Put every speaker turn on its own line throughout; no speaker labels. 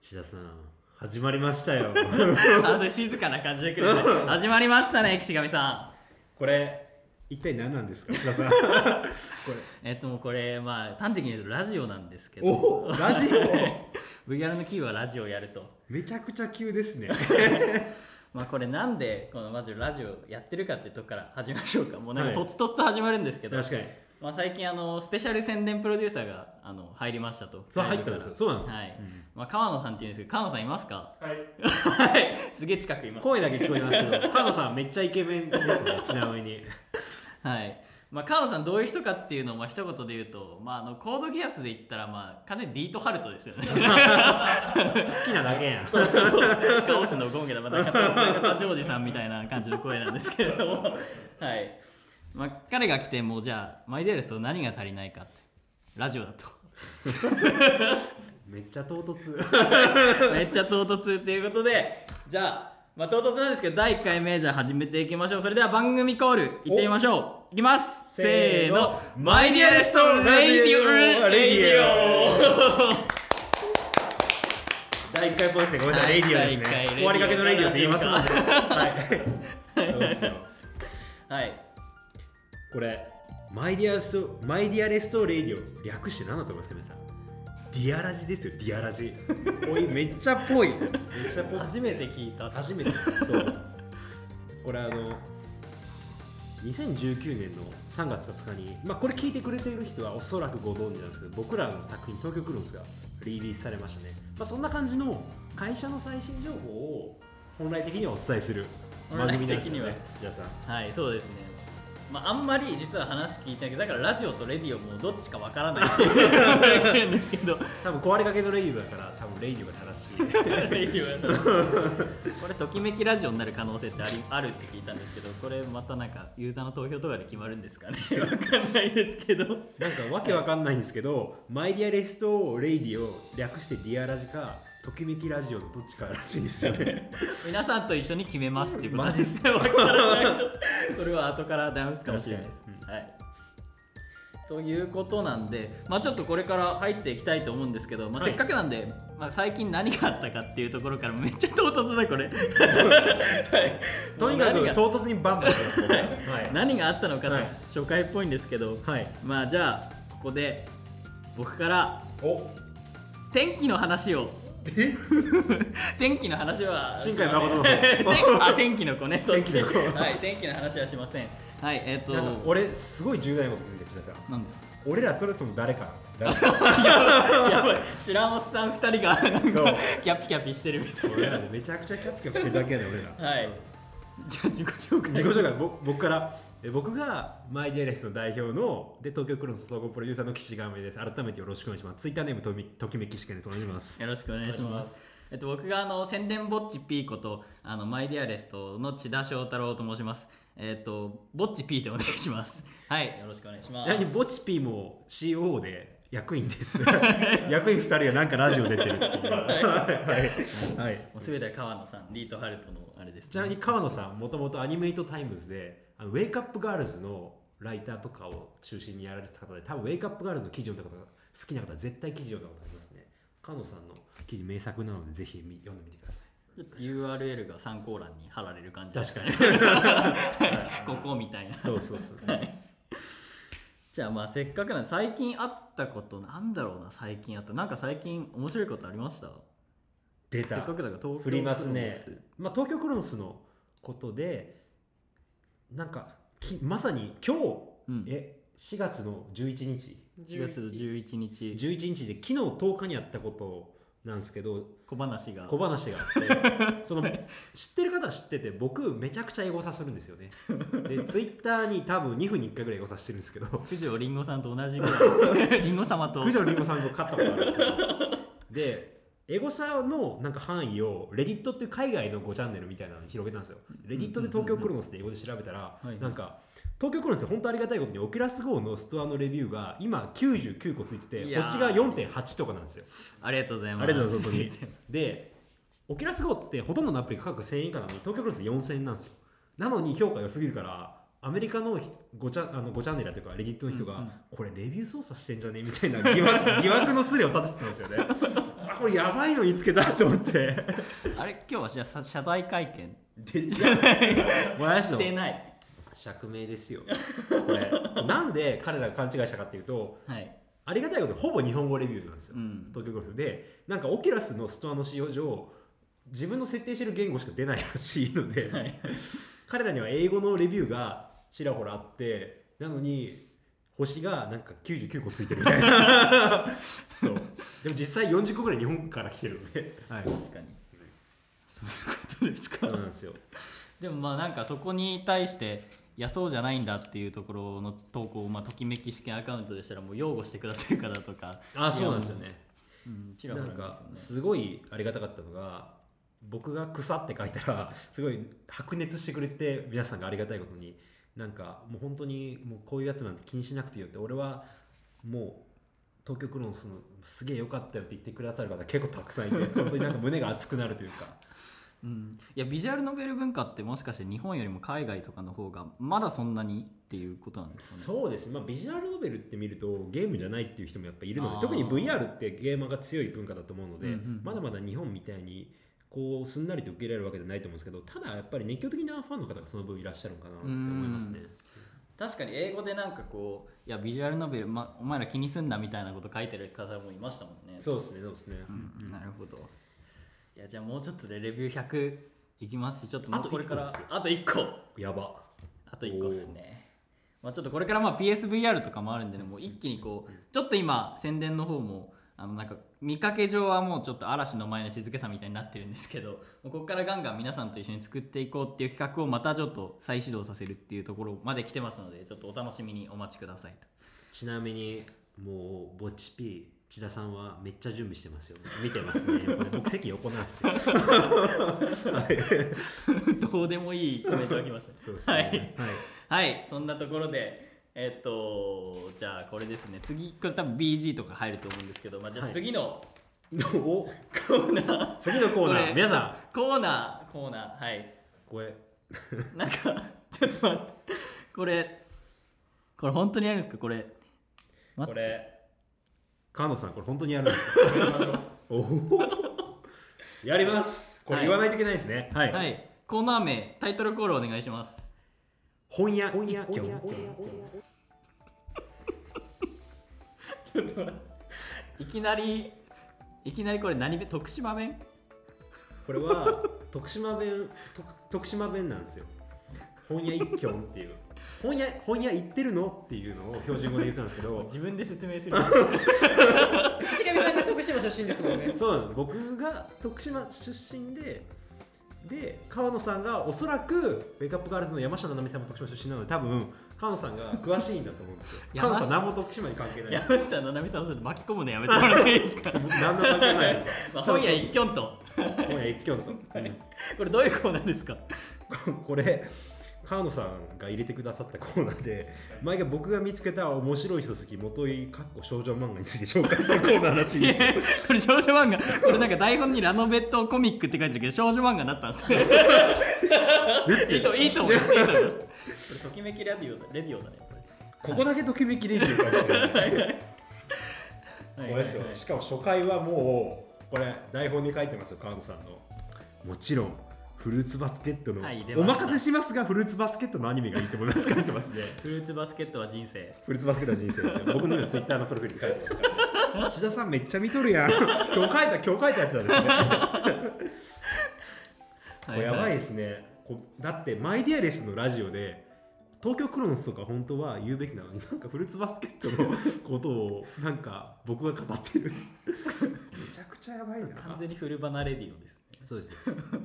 岸田さん始まりましたよ
あそれ静かな感じで来るね始まりましたね岸上さ
これ 一体何なんですか岸田さんこ
んえっともうこれまあ端的に言うとラジオなんですけ
れ
ど
おおラジ オ
VR のキーはラジオやると
めちゃくちゃ急ですね
まあこれなんでこのまずラジオやってるかってとこから始めましょうかもうなんか
はい
とつとつと始まるんですけど、
確かに
まあ、最近あのスペシャル宣伝プロデューサーがあの入りましたと
そう入ったんですよそうなんですよ、
はい
うん
まあ、川野さんっていうんですけど川野さんいますか
はい。
はいすげえ近くいます
声だけ聞こえますけど菅野さんめっちゃイケメンですねちなみに
はい。まあ、川野さんどういう人かっていうのをまあ一言で言うと、まあ、あのコードギアスで言ったら、まあ、完全にビートハルトですよね。
好きなだけやん
カオスのゴンゲだ、まあ、中田中田ジョージさんみたいな感じの声なんですけれども、はいまあ、彼が来てもうじゃあマイデアレスと何が足りないかってラジオだと
めっちゃ唐突
めっちゃ唐突っていうことでじゃあ、まあ、唐突なんですけど第1回メジャー始めていきましょうそれでは番組コールいってみましょういきますせーのマイデアレストレイディオレイディオ
第1回ポイントでごめんなさい、
はい
レイディオです
第一
ね
回
終わりかけのレイディオって言いますもんねはいそうですよ
はい
これマイディアストマイディアレストレイディオ略して何だと思いますか皆さんディアラジですよディアラジ おいめっちゃぽいめっちゃぽい
初めて聞いた
初めてそうこれあの2019年の3月20日に、まあ、これ聞いてくれている人はおそらくご存知なんですけど僕らの作品「東京クロス」がリリースされましたね、まあ、そんな感じの会社の最新情報を本来的にはお伝えする番組なんですよ
本来
ね
的
じゃあさん
はいそうですねまああんまり実は話聞いてないけどだからラジオとレディオもうどっちかわからないって言ってるんですけ ど
多分壊れかけのレイディオだから多分レイディオが正し い
レディオやったこれときめきラジオになる可能性ってありあるって聞いたんですけどこれまたなんかユーザーの投票とかで決まるんですかね わかんないですけど
なんかわけわかんないんですけどマイディアレストレイディオ略してディアラジかときめきラジオのどっちからしいんですよね
皆さんと一緒に決めますっていうこと
マジっ
ですねわからないちょっとそれは後からダメすかもしれないです、
確
はいということなんで、まあ、ちょっとこれから入っていきたいと思うんですけど、まあ、
はい
せっかくなんで、まあ、最近何があったかっていうところからめっちゃ唐突だ これ、はい
とにか
もう
く
何が
唐突にバンバンしてますねはい
何があったのかの
はい
紹介っぽいんですけど、
はい
まあじゃあここで僕から
お
天気の話を天気の話は
新海誠の方
天あ天気の子ねそっち
天気の子
はい天気の話はしませんはいえっ、と
なんか俺すごい重大なこと言ってきたさ
なんですか
俺らそれそも誰か誰か
やばい白本さん二人がなん
そう
かキャピキャピしてるみたい
俺らでめちゃくちゃキャピキャピしてるだけやね俺ら
なはいじゃあ自己紹介
自己紹介ぼ僕からえ僕がマイディアレスの代表ので東京クロス総合プロデューサーの岸上です改めてよろしくお願いしますツイッターネームとみときめきしかねとお願いします
よろしくお願いし
お願いし
ま
ますす。
えっと、僕があの宣伝ぼっちピーことあのマイディアレストの千田翔太郎と申します。えっと、ぼっちピーでお願いします。はい、よろしくお願いしま
ち
す。
なみにぼちぴーも COO で役員 です役員2人がなんかラジオ出てるっていうはい、はい
もうすべては川野さん、リートハルトのあれです、ね。
ちなみに川野さんもともとアニメイトタイムズであのウェイクアップガールズのライターとかを中心にやられてた方で多分ウェイクアップガールズの記事を読んだ方が好きな方は絶対記事読んだことありますね川野さんの記事名作なのでぜひみ読んでみてください
ちょっと URL が参考欄に貼られる感じですね。ここみたいな。
そうそうそう
じゃあまあせっかくなんで最近あったことなんだろうな最近あったなんか最近面白いことありました
出
せ
た
っかくだから東京
振ります
ク
ね
ロス、
まあ、東京クロスのことでなんかきまさに今日
うん、
え4月の11日
4月11日
11日で昨日10日にやったことなんですけど
小話が
小話があ ってその知ってる方は知ってて僕めちゃくちゃエゴサするんですよね でツイッターに多分2分に1回ぐらいエゴサしてるんですけど
九条りんごさんと同じぐら いりんご様と
九条りんごさんと勝ったことあるんですけどでエゴサのなんか範囲をレディットっていう海外の5チャンネルみたいなのに広げたんですよレディットで東京クロノスって英語で調べたら、
いはい
なんか東京クロノスって本当ありがたいことにオキュラス号のストアのレビューが今99個ついて
い
て
やー
星が4.8とかなんですよ
ありがとうございます
ありがとうございます本
全然
当にでオキュラス号ってほとんどのアプリが価格1000円以下なのに東京クロス4000円なんですよなのに評価良すぎるからアメリカのごちゃあのごチャンネルだというかレディットの人が、
うんうん
これレビュー操作してんじゃねみたいな疑惑疑惑のスレを立ててたんですよねあこれやばいの見つけたと思って
あれ今日はじゃあさ謝罪会見
でいやもやし
し
の
てない
釈明ですよこれなんで彼らが勘違いしたかっていうと
はい
ありがたいことにほぼ日本語レビューなんですよ、
うん
東京ゴルフでなんかオキュラスのストアの使用上自分の設定してる言語しか出ないらしいので、
はい
彼らには英語のレビューがちらほらあってなのに星がなんか99個ついてるみたい なそうでも実際40個ぐらい日本から来てるので、はい
確かにそういうことです
そ
か、
うなんですよ
でもまあなんかそこに対していやそうじゃないんだっていうところの投稿を、まあ、ときめき試験アカウントでしたらもう擁護してくださる方とか
あそうなんですよね
うんちらほ
な
ら
ん
いま
か
すよね
すごいありがたかったのが僕が「草」って書いたら すごい白熱してくれて皆さんがありがたいことになんかもう本当にもうこういうやつなんて気にしなくていいよって俺はもう東京クロノスのすげえ良かったよって言ってくださる方結構たくさんいて本当になんか胸が熱くなるというか
うん、いやビジュアルノベル文化ってもしかして日本よりも海外とかの方がまだそんなにっていうことなんですかね
そうですね、まあ、ビジュアルノベルって見るとゲームじゃないっていう人もやっぱいるの
あ
で
ー
特に VR ってゲーマーが強い文化だと思うので、
うんうんうん
まだまだ日本みたいにこうすんなりと受け入れられるわけじゃないと思うんですけどただやっぱり熱狂的なファンの方がその分いらっしゃるのかなって思いますね。
確かに英語でなんかこういやビジュアルノベル、ま、お前ら気にすんなみたいなこと書いてる方もいましたもんね
そうですねそうですね、
うん、なるほど。いや、じゃあもうちょっとでレビュー100いきますし、ちょっとも
あ
う
と
これから、
一個っすよ
あと1個
やば
あと1個ですね。まあちょっとこれからまあ PSVR とかもあるんでね、もう一気にこう、ちょっと今、宣伝の方も、あのなんか見かけ上はもうちょっと嵐の前の静けさみたいになってるんですけどもうここからガンガン皆さんと一緒に作っていこうっていう企画をまたちょっと再始動させるっていうところまで来てますのでちょっとお楽しみにお待ちくださいと
ちなみにもうぼっち P 千田さんはめっちゃ準備してますよ見てます ねこれ僕席横なんですよ
どうでもいいコメントが来ましたね
そうですね、
はい
はい
はいそんなところでえっとじゃあこれですね次これ多分 BG とか入ると思うんですけど、まあ、じゃあ
はい
次の
お
コーナー、
次のコーナ
これ
ー皆さ
コーナーコーナーはい
んこれ
なんかちょっと待ってこれこれ本当にやるんですかこれ
こ
待っ
れ菅野さんこれ本当にやるんですか おおやりますこれ言わないといけないですねはい、
はいコーナー名タイトルコールお願いします
本屋本屋本
ちょっと待っていきなりいきなりこれ何弁徳島弁
これは徳島弁と徳島弁なんですよ本屋一挙っていう本屋本屋行ってるのっていうのを標準語で言ったんですけど
自分で説明する
石上さんが徳島出身ですもんね。
そうなの僕が徳島出身でで川野さんがおそらくウェイクアップガールズの山下七海さんも徳島出身なので多分川野さんが詳しいんだと思うんですよ
山
川
下
野さん何も徳島に関係ないです
山下七海さんをそれ巻き込むのやめてもらっていいですか
僕何の関係ないです
まあ本屋一挙と
本屋一挙のと、
これどういうコーナーですか
うんこれ川野さんが入れてくださったコーナーで毎回僕が見つけた面白い書籍元井かっこ少女漫画について紹介するコーナーらしい
い
で
や
す よ
これ少女漫画これなんか台本にラノベットコミックって書いてるけど少女漫画になったんですねいいといいと思いますいいと 思いますこれときめきレディオだレディオだねやっ
ここだけときめきレビューかもしれない
ぱり
これですよしかも初回はもうこれ台本に書いてますよ川野さんのもちろんフルーツバスケットの、
はい出
お
ました
任せしますがフルーツバスケットのアニメがいいと思います書いてます ね
フルーツバスケットは人生
フルーツバスケットは人生ですよ僕の今ツイッターのプロフィールに書いてますから 志田さんめっちゃ見とるやん今日書いた今日書いたやつだですねこれやばいですねこだってマイディアレスのラジオで東京クロノスとか本当は言うべきなのになんかフルーツバスケットのことをなんか僕が語ってる めちゃくちゃやばいな
完全にフルバナレディオですね
そうですね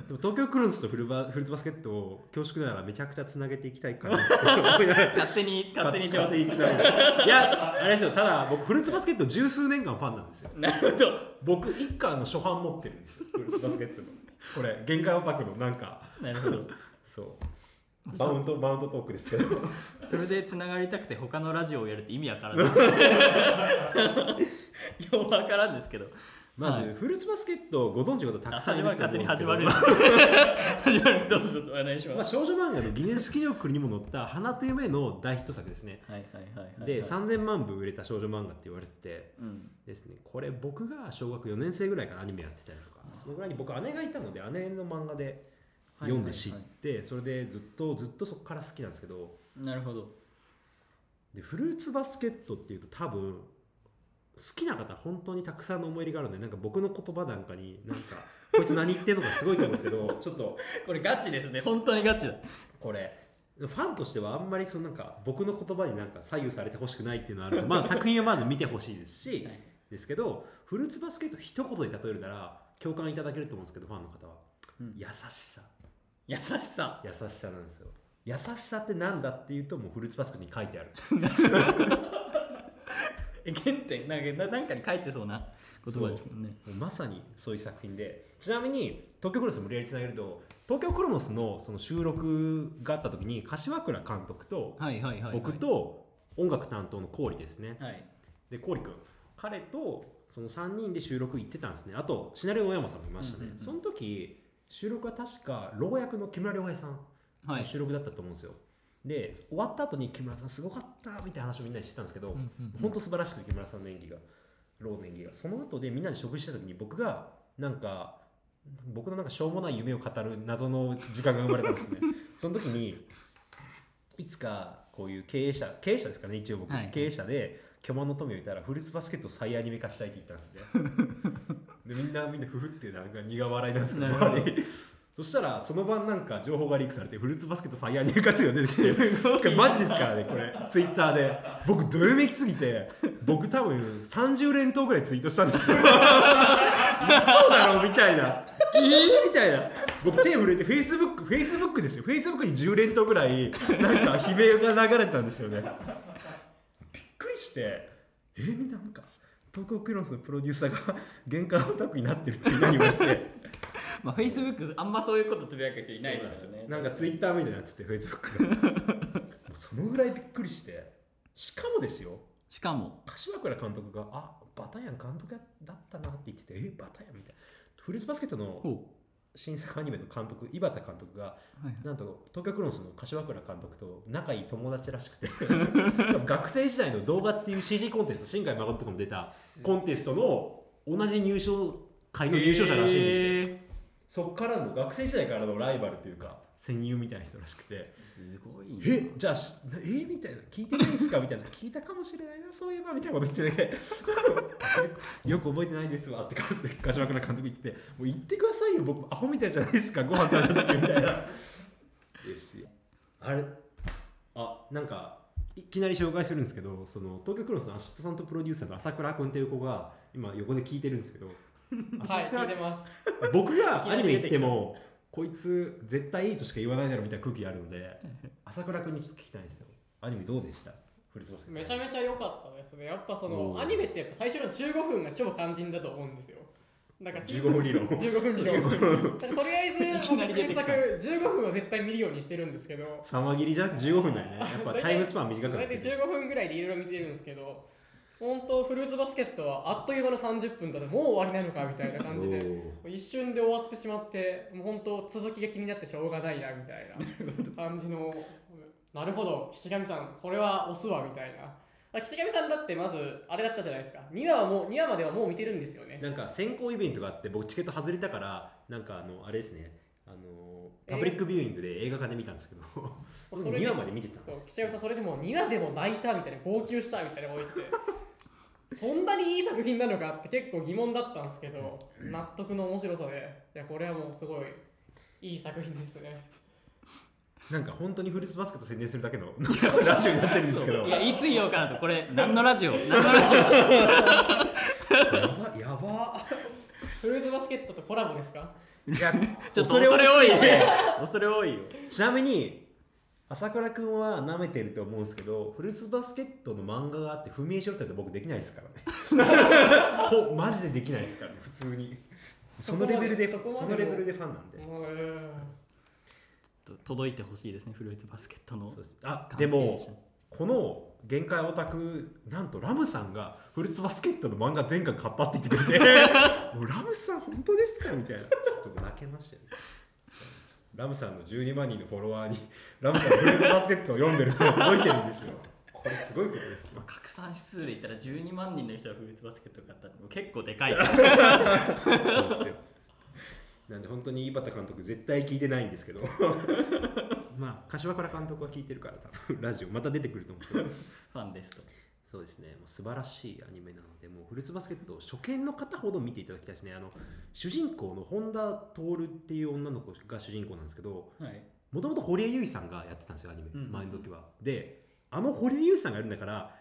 でも東京クロノスとフルバフルーツバスケットを恐縮ながらめちゃくちゃつなげていきたいから
勝手に勝手に言ってま
勝手につなげていやあれですよただ僕フルーツバスケット十数年間ファンなんですよ
すなるほど
僕一巻の初版持ってるんですよフルーツバスケットのこれ限界オタクのなんか
なるほど
そうバウントバウントトークですけど
それでつながりたくて他 のラジオをやるって意味わからんようわからんですけど
ま
は
ずフルーツバスケットをご存知の方た
あ
くさんい
始
ると
まる勝
思う
手
んですけ
に始
ど
まる始まるどうぞお願いし
ま
ま
あ、
す、
少女漫画のギネス記録にも載った「花と夢」の大ヒット作ですね。
はいはいはいはいはい
で3000万部売れた少女漫画って言われてて
うん
ですねこれ僕が小学4年生ぐらいからアニメやってたりとかそのぐらいに僕姉がいたので姉の漫画で読んで知っ
はいはい
てそれでずっとずっとそこから好きなんですけど
はいなるほど
でフルーツバスケットっていうと多分好きな方本当にたくさんの思い入れがあるのでなんか僕の言葉なんかになん かこいつ何言ってんのかすごいと思うんですけどちょっと
これガチですね本当にガチだ
これファンとしてはあんまりそのなんか僕の言葉になんか左右されてほしくないっていうのはあるのでまあ作品はまず見てほしいですし、
はい
ですけどフルーツバスケット一言で例えるなら共感いただけると思うんですけどファンの方は
うん
優しさ
優しさ
優しさなんですよ優しさってなんだっていうともうフルーツバスケットに書いてある
え原点なんかななんかに書いてそうな言葉ですもんね
もうまさにそういう作品でちなみに東京クロノス無理やりつなげると東京クロノスのその収録があった時に柏倉監督と
はいはいはい、はい、
僕と音楽担当の氷ですね、
はい
で氷君彼とその3人で収録行ってたんですねあとシナリオの大山さんもいましたね、
うんうんうん
その時収録は確か老役の木村良平さん
は
の
い
収録だったと思うんですよ、で終わった後に木村さんすごかったみたいな話をみんなにしてたんですけど、
うんうんうん
本当素晴らしくて木村さんの演技がローの演技がその後でみんなで食事した時に僕がなんか僕のなんかしょうもない夢を語る謎の時間が生まれたん ですねその時にいつかこういう経営者経営者ですかね一応僕、
はい
経営者で巨万の富を得たらフルーツバスケットを再アニメ化したいって言ったんですねでみんなみんなふふってなんか苦笑いなんですけど
なるほど
周りそしたらその晩なんか情報がリークされてフルーツバスケット再アニメ化っていうのが出てきてこれマジですからねこれツイッターで僕どよめきすぎて僕多分30連投ぐらいツイートしたんですよ嘘だろみたいなえー、みたいな僕手震えてフェイスブックフェイスブックですよフェイスブックに10連投ぐらいなんか悲鳴が流れたんですよねびっくりしてえー、みんななんか東京クロノスのプロデューサーが 玄関オタクになってるってみんなに言われて。
まあフェイスブックあんまそういうことつぶやく人いないですよね
なんかツイッターみたいになってて、フェイスブックが。もうそのぐらいびっくりして、しかもですよ、
しかも
柏倉監督が、あバタヤン監督だったなって言ってて、え、バタヤンみたいな。フルーツバスケットの
ほ
新作アニメの監督、井端監督が、
うはい
なんと東京クロノスの柏倉監督と仲いい友達らしくてしかも学生時代の動画っていう CG コンテンツ新海誠とかも出たコンテストの同じ入賞会の優勝者らしいんですよ、そっからの学生時代からのライバルというか戦友みたいな人らしくて
すごいな
えじゃあしえみたいな聞いてないんですかみたいな聞いたかもしれないなそういえばみたいなこと言って てよく覚えてないですわって感じで柏倉監督言っててもう言ってくださいよ僕もアホみたいじゃないですかご飯食べた時みたいなですよあれあなんかいきなり紹介するんですけどその東京クロスのアシスタントプロデューサーの朝倉君っていう子が今横で聞いてるんです けど
はい、聞いてます。
僕がアニメ行ってもこいつ絶対いいとしか言わないだろうみたいな空気があるので朝倉君にちょっと聞きたいんですよアニメどうでしたフルーツバスケット
めちゃめちゃ良かったですね。やっぱそ
お
の
ー
アニメってやっぱ最初の15分が超肝心だと思うんですよ。なんか
15分理論
15分理論。なんかとりあえず
きな
僕
り出て
新
きた
作15分は絶対見るようにしてるんですけど、
さま切りじゃ15分だ よねやっぱタイムスパン短くな
大
って
体
る
15分ぐらいでいろいろ見てるんですけど、本当フルーツバスケットはあっという間の30分だともう終わりなのかみたいな感じで。一瞬で終わってしまってもう本当続きが気になってしょうがないなみたいな感じのなるほど岸上さんこれは押すわみたいなあ岸上さんだってまずあれだったじゃないですか2話はもう2話まではもう見てるんですよね
なんか選考イベントがあって僕チケット外れたからなんかあのあれですねあのパブリックビューイングで映画館で見たんですけど
それで
2話まで見てたんで
そう
す
岸上さんそれでも2話でも泣いたみたいな号泣したみたいなこと言ってそんなにいい作品なのかって結構疑問だったんですけど納得の面白さでいやこれはもうすごいいい作品ですね
なんか本当にフルーツバスケット宣伝するだけの なんかラジオになってるんですけど
い
や
やいつ言おうかなとこれ何のラジオ何のラジオ
ばやば
フルーツバスケットとコラボですか
いや
ちょっと恐れ多いね 恐れ多いよ
ちなみに朝倉くんは舐めてると思うんですけどフルーツバスケットの漫画があって踏み絵しろって僕できないです からねほマジでできないですからね普通に
そ
そ
こま
の
で
レベルで
そ
そ
こまで
のレベルでファンなんで
うーん
と届いてほしいですねフルーツバスケットの
そうですあ
関係者
でもこの限界オタクなんとラムさんがフルーツバスケットの漫画全巻買ったって言ってくれて もうラムさん本当ですかみたいなちょっと泣けましたよねラムさんの12万人のフォロワーにラムさんのフルーツバスケットを読んでるって覚えてるんですよこれすごいことですよ
まあ、拡散指数で言ったら12万人の人がフルーツバスケット買ったってもう結構でかい
そうですよなんで本当に井端監督絶対聞いてないんですけど まあ柏倉監督は聞いてるから多分ラジオまた出てくると思うけど
ファンですと
そうですね、もう素晴らしいアニメなので、もうフルーツバスケットを初見の方ほど見ていただきたいですね、あの主人公の本田徹っていう女の子が主人公なんですけど、
はい
もともと堀江由衣さんがやってたんですよ、アニメ、
うん
前の時は。で、あの堀江由衣さんがやるんだから、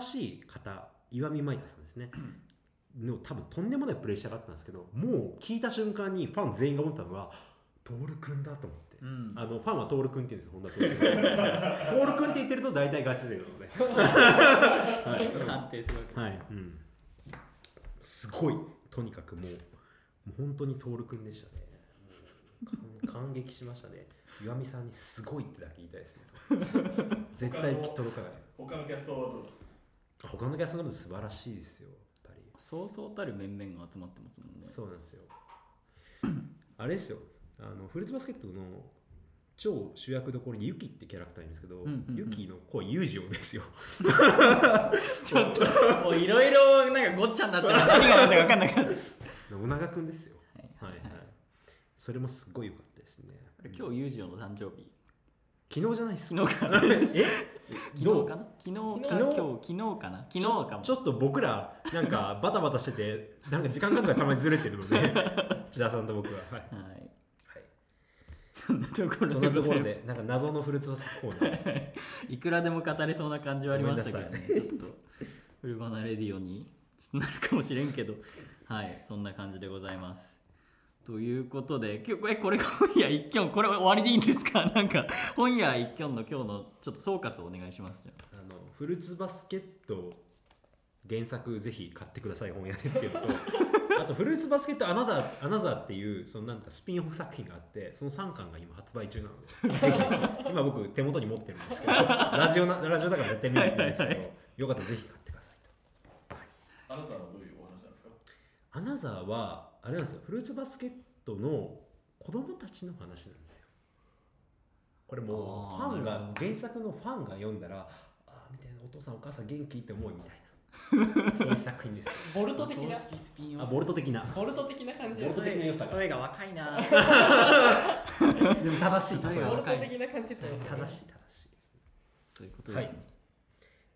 新しい方、岩見舞香さんですね、の多分とんでもないプレッシャーがあったんですけど、もう聞いた瞬間にファン全員が思ったのは、徹君だと思って。
うん
あのファンは徹君って言うんですよ、本田徹君。徹君って言ってると大体ガチ勢なので。はい
判定するわけ
はい、うん、すごいとにかくもうもう本当に徹君でしたねもう 感感激しましたね岩見さんにすごいってだけ言いたいですね絶対きっと届かない
他のキャストはどうでした
他のキャストの素晴らしいですよやっぱり
そうそうたる面々が集まってますもんね
そうなんですよあれですよあのフルーツバスケットの超主役どころにユキってキャラクターいるんですけど、
うんうんうん
ユキの声ユージオです よ
ちょっともういろいろなんかごっちゃになってる何が何だか分かんなかった
信長君ですよ
は
はいい
は
はいいそれもすごい良かったですね
今日ユージオの誕生日
昨日じゃないっす
昨日か昨
え
日かな昨日
昨日
か今日昨日かな昨日かも
ちょっと僕らなんかバタバタしててなんか時間感がたまにずれてるの で千田さんと僕は、はい、
はいそんなところ
そんなところでなんか謎のフルーツバスケコーナー
いくらでも語れそうな感じはありましたけど
ごめ
ね、ちょっと、フルバナレディオになるかもしれんけど、 はい、そんな感じでございます。ということで、今日えこれが本屋一挙、これ終わりでいいんですか、 なんか、本屋一挙の今日のちょっと総括をお願いします。じゃあ
あのフルーツバスケット原作ぜひ買ってください本屋でっていうの とあとフルーツバスケットアナザーアナザーっていうそのなんかスピンオフ作品があってその3巻が今発売中な のでぜひ今僕手元に持ってるんですけどラジオなラジオだから絶対見ないんですけど、
はいはい
よかったらぜひ買ってくださいと。
あなたはどういうお話なんですか
アナザーはあれなんですよフルーツバスケットの子供たちの話なんですよこれもう
あ
ファ
ー
ン
なる
が
ほど
原作のファンが読んだらあーみたいなお父さんお母さん元気って思うみた いなそういう作品です
ボルト的な
公式スピン
あ
オフ
ボルト的 な
ボルト的な感じ
ボルト的な良さが
声が若いな。
でも正しい例えは
ボ
ボ
ル
ル
ト
ト
的
的な感じって
正しい正しい
そういうことですね。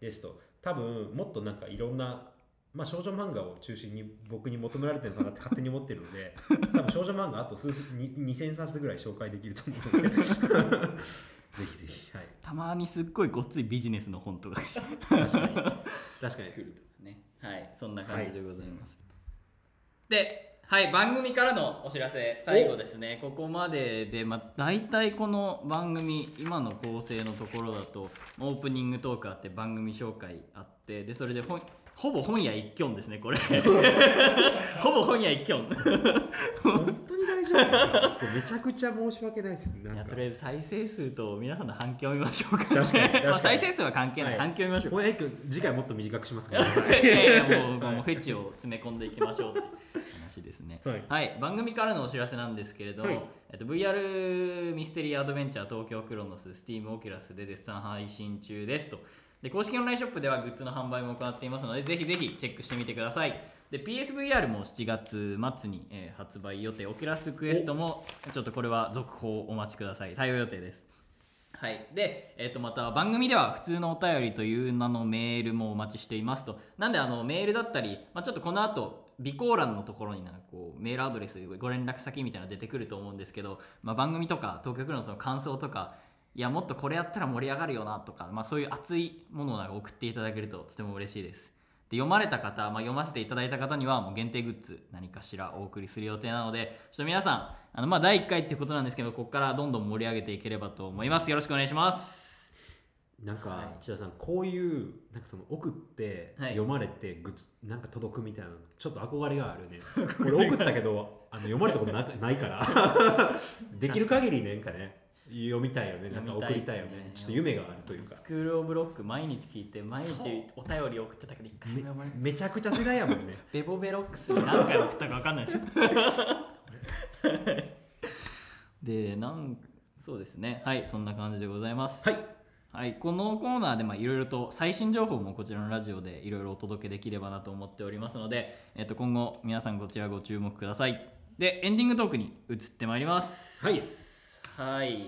ですと多分もっとなんかいろんな、まあ、少女漫画を中心に僕に求められてるのかなって勝手に思ってるので 多分少女漫画あと数に2000冊ぐらい紹介できると思うの でぜひぜひはい
たまにすっごいごっついビジネスの本とか
確かに確かに
ね、はい、そんな感じでございます。で、はい、番組からのお知らせ、最後ですね、ここまでで、まあ、大体この番組、今の構成のところだと、オープニングトークあって、番組紹介あって、で、それでほんほぼ本屋一挙ですね、こ れ。ほぼ本屋一挙。
本当に大丈夫ですかめちゃくちゃ申し訳ないですね
い
な
や
んか
とりあえず再生数と皆さんの反響を見ましょうか、ね。
確かに確かに
まあ再生数は関係ない、
はい
反響を見ましょう。
もうえいくん次回もっと短くしますから
いやいやもうもうフェチを詰め込んでいきましょうって話ですね。
はい
はい、番組からのお知らせなんですけれども、
はい
えっと、VR ミステリーアドベンチャー東京クロノス、Steam オキュラスで絶賛配信中ですと。で公式オンラインショップではグッズの販売も行っていますので、ぜひぜひチェックしてみてください。で PSVR も7月末に、えー発売予定、オキュラスクエストもちょっとこれは続報お待ちください。対応予定です。はい、で、えー、とまた番組では普通のお便りという名のメールもお待ちしていますとなんであのメールだったり、まあ、ちょっとこの後備考欄のところになんかこうメールアドレスご連絡先みたいなの出てくると思うんですけど、まあ、番組とか東京クラブのその感想とかいやもっとこれやったら盛り上がるよなとか、まあ、そういう熱いものをなんか送っていただけるととても嬉しいですで読まれた方、まあ、読ませていただいた方にはもう限定グッズ何かしらお送りする予定なのでちょっと皆さんあのまあ第1回っていうことなんですけどここからどんどん盛り上げていければと思いますよろしくお願いします
なんか、
はい
千田さんこういうなんかその送って、
はい
読まれてグッズなんか届くみたいなのちょっと憧れがあるね 俺送ったけどあの読まれたことなかないからできる限りねなんかね読みたいよね、なんか送りたいよね
読みたいっすね
ちょっと夢があるというか
ス。クールオブロック毎日聞いて毎
そう
日お便り送ってたけど一回も
め
読まれない
めちゃくちゃ世代やもんね。
ベボベロックスに何回送ったか分かんないで しょでなんそうですねはいそんな感じでございます
はい、
はい、このコーナーでまあいろいろと最新情報もこちらのラジオでいろいろお届けできればなと思っておりますので、えっと、今後皆さんこちらご注目くださいでエンディングトークに移ってまいります
はい、
はい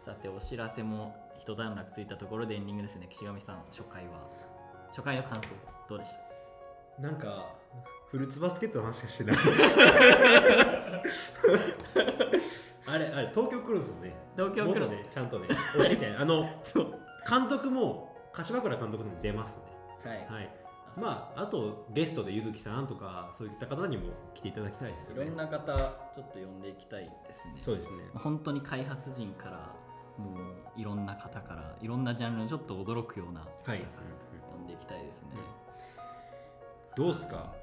さてお知らせも一段落ついたところでエンディングですね岸上さん初回は初回の感想どうでした
なんか、フルーツバスケットの話しかしてない。あれ、あれ、東京クルーズのね、
東京クルー
も
ズ
っとね、ちゃんとね、教えて、あの、監督も、柏倉監督にも出ますね。
はい
はい、まあ、あとゲストで柚木さんとか、そういった方にも来ていただきたいですよ
い
ね。
ろんな方ちょっと呼んでいきたいですね
そうですね。
本当に開発陣からもういろんな方からいろんなジャンルのちょっと驚くような方から
はい
呼んでいきたいですね、
どうっすか、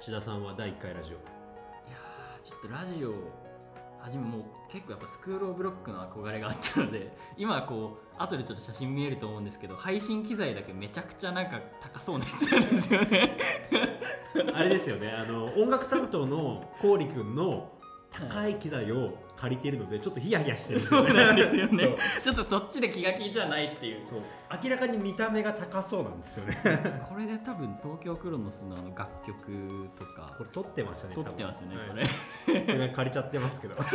千田さんは第1回ラジオ。
いやーちょっとラジオはじめもう結構やっぱスクール・オブ・ロックの憧れがあったので 今こう後でちょっと写真見えると思うんですけど配信機材だけめちゃくちゃなんか高そうなやつなんですよ ね
あれですよね、あの音楽担当の郡君の高い機材を借りてるので、ちょっとヒヤヒヤしてる
そうなんですよ
そ
ね
う
ちょっとそっちで気が気じゃないっていう
そう明らかに見た目が高そうなんですよね。
これで多分東京クロノスのあの楽曲とか
これ撮ってますよね。
撮ってますよね
多分
こ
は
れ
いなんか借りちゃって ますけど。は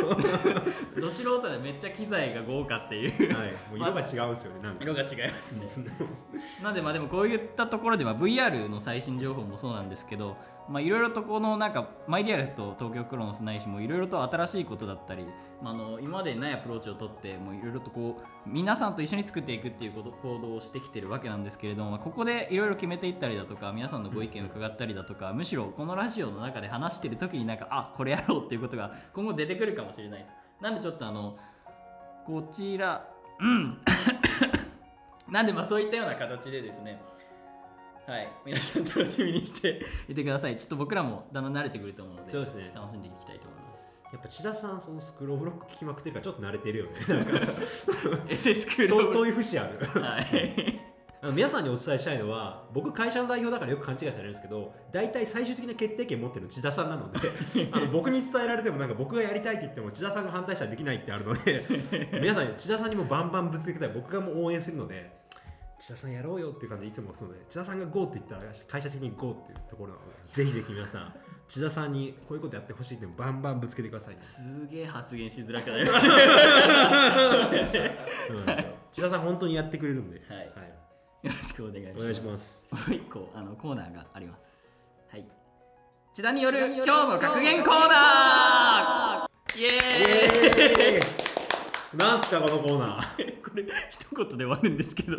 い、
ど素人でめっちゃ機材が豪華っていう
もう色が違うんですよね、なんか。
色が違いますねなんでまあでもこういったところでは VR の最新情報もそうなんですけどまあいろいろとこのなんかマイディアレスと東京クロノスないしもういろいろと新しいことだったり、まあ、あの今までにないアプローチをとってもういろいろとこう皆さんと一緒に作っていくっていうこと行動をしてきてるわけなんですけれども、まあここでいろいろ決めていったりだとか皆さんのご意見を伺ったりだとかむしろこのラジオの中で話してる時になんかあこれやろうっていうことが今後出てくるかもしれないと。なんでちょっとあのこちらうん なんでまあそういったような形でですねはい皆さん楽しみにしていてくださいちょっと僕らもだんだん慣れてくると思うので
そうですね。
楽しんでいきたいと思います
やっぱ千田さん、そのスクローブロック聞きまくってるから、ちょっと慣れてるよね。なんか
SS クール
そう
オ
そういう節ある。
ブ はい
あの皆さんにお伝えしたいのは僕会社の代表だからよく勘違いされるんですけど大体最終的な決定権持ってるの千田さんなの であの僕に伝えられてもなんか僕がやりたいって言っても千田さんが反対したらできないってあるの で皆さん千田さんにもバンバンぶつけたい僕がもう応援するので千田さんやろうよっていう感じでいつもするので千田さんが GO って言ったら会社的に GO っていうところなの でぜひぜひ皆さん千田さんにこういうことやってほしいっていうのをバンバンぶつけてくださいね、
すげえ発言しづらくなりま したよ
そうなんですよ千田さん本当にやってくれるんで、
はいろしくお願いします
お願いします
もう一個あのコーナーがありますはい千田による今日の格言コーナーイエーイ
えー、 なんすかこのコーナー
これ一言で終わるんですけど、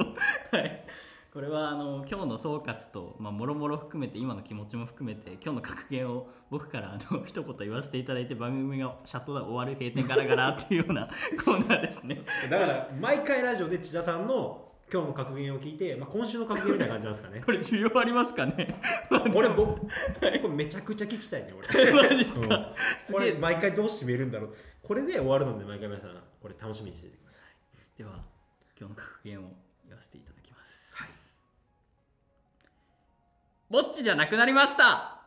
はい、これはあの今日の総括とまあもろもろ含めて今の気持ちも含めて今日の格言を僕からあの一言言わせていただいて番組がシャットダウン終わる閉店ガラガラっていうようなコーナーですね。
だから毎回ラジオで千田さんの今日の格言を聞いて、まあ、今週の格言みたいな感じなんですかね
これ需要ありますかね
これ僕これめちゃくちゃ聞きたいね俺
マジですか、
うん
す
こ
げ
れ
え
毎回どう締めるんだろうこれで終わるので毎回皆さんこれ楽しみにしていてください
では今日の格言を言わせていただきます
はい
ぼっちじゃなくなりました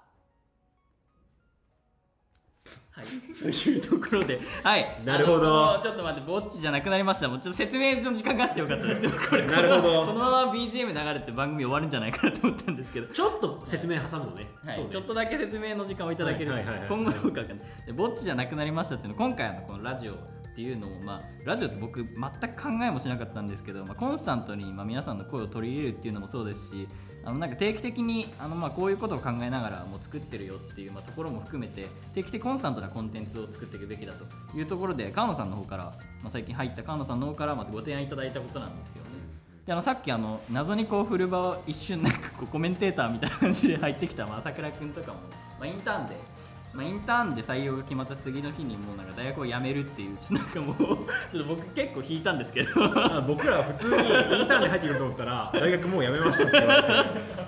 はいというところではい
なるほど
あのちょっと待ってぼっちじゃなくなりましたもうちょっと説明の時間があってよかったですよこれ
なるほど
このまま BGM 流れて番組終わるんじゃないかなと思ったんですけど
ちょっと説明挟むのね,、
はい
そうね
ちょっとだけ説明の時間をいただける
はいはいはいはい
今後どうかわかんないでぼっちじゃなくなりましたっていうの今回のこのラジオっていうのを、まあ、ラジオって僕全く考えもしなかったんですけど、まあ、コンスタントに、まあ、皆さんの声を取り入れるっていうのもそうですしあのなんか定期的にあの、まあ、こういうことを考えながらもう作ってるよっていう、まあ、ところも含めて定期的にコンスタントなコンテンツを作っていくべきだというところで川野さんの方から、まあ、最近入った川野さんの方から、まあ、ご提案いただいたことなんですよね。であのさっきあの謎にこうフルバを一瞬なんかこうコメンテーターみたいな感じで入ってきたまあ朝倉君とかも、まあ、インターンで、まあ、インターンで採用が決まった次の日にもうなんか大学を辞めるっていうちょっとなんかもうちょっと僕結構引いたんですけど
あ僕らは普通にインターンで入ってくると思ったら大学もう辞めましたって言われて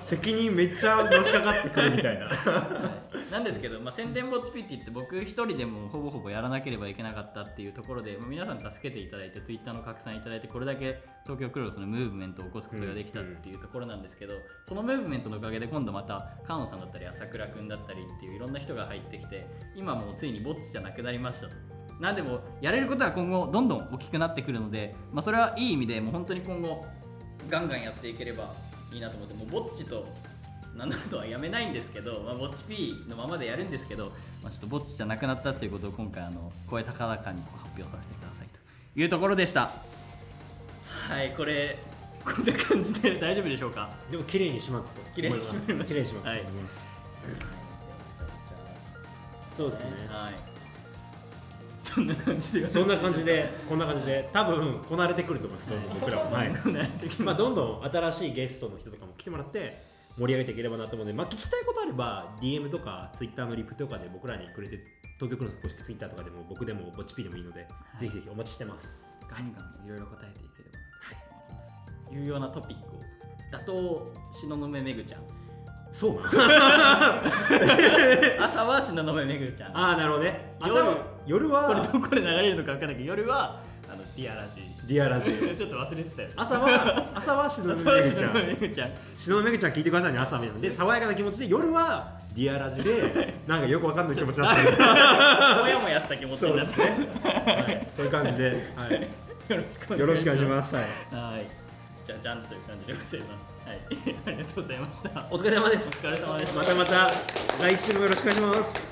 責任めっちゃのしかかってくるみたいな
はい なんですけど、まあ、宣伝ぼっちピッティって僕一人でもほぼほぼやらなければいけなかったっていうところで、まあ、皆さん助けていただいてツイッターの拡散いただいてこれだけ東京クロロスのムーブメントを起こすことができたっていうところなんですけど、そのムーブメントのおかげで今度また菅野さんだったり朝倉君だったりっていういろんな人が入ってきて今もうついにぼっちじゃなくなりましたと。なんでもやれることは今後どんどん大きくなってくるので、まあ、それはいい意味でもう本当に今後ガンガンやっていければいいなと思ってもうぼっちとなんだとはやめないんですけど、まあ、ぼっち P のままでやるんですけど、まあ、ちょっとぼっちじゃなくなったということを今回あの声高々に発表させてくださいというところでしたはいこれこんな感じで 大丈夫でしょうか
でも綺麗にしまったと
綺麗に締めました
綺麗にしまった
は
と
い
思いますそうですね
はいそんな感じで
そんな感じでこんな感じで多分こなれてくると思いますどんどん僕らもはいまあどんどん新しいゲストの人とかも来てもらって盛り上げていければなと思うので、まあ、聞きたいことあれば DM とか Twitter のリプとかで僕らにくれて東京クロス公式 Twitter とかでも僕でもぼっち P でもいいので、
い
ぜひぜひお待ちしてます
ガンガンいろいろ答えていければというようなトピックを打倒東雲めぐち ゃん
そうな
朝は東雲めぐちゃん
ああなるほどね朝
夜
は夜
これど
は
こで流れるのか分からないけど夜はあのディアラジ
ディアラジー
ちょっと忘れてたよ
朝は朝はしのぶ
朝は
めぐ
東
ちゃ
雲
ん
めぐちゃん
しのぶめぐちゃん聞いてくださいね朝みたいなで爽やかな気持ちで夜はディアラジ でなんかよくわかんない気持ちだったり
もやもやした気持ち
そ
に
う
な
で
って
すね。はい、そういう感じで、はい、
よろしくお願いします
よろしくお願いします。はい、
はいじゃあじゃんという感じでございますはいありがとうございました
お疲れ様です
お疲れ様でした
またまた来週もよろしくお願いします。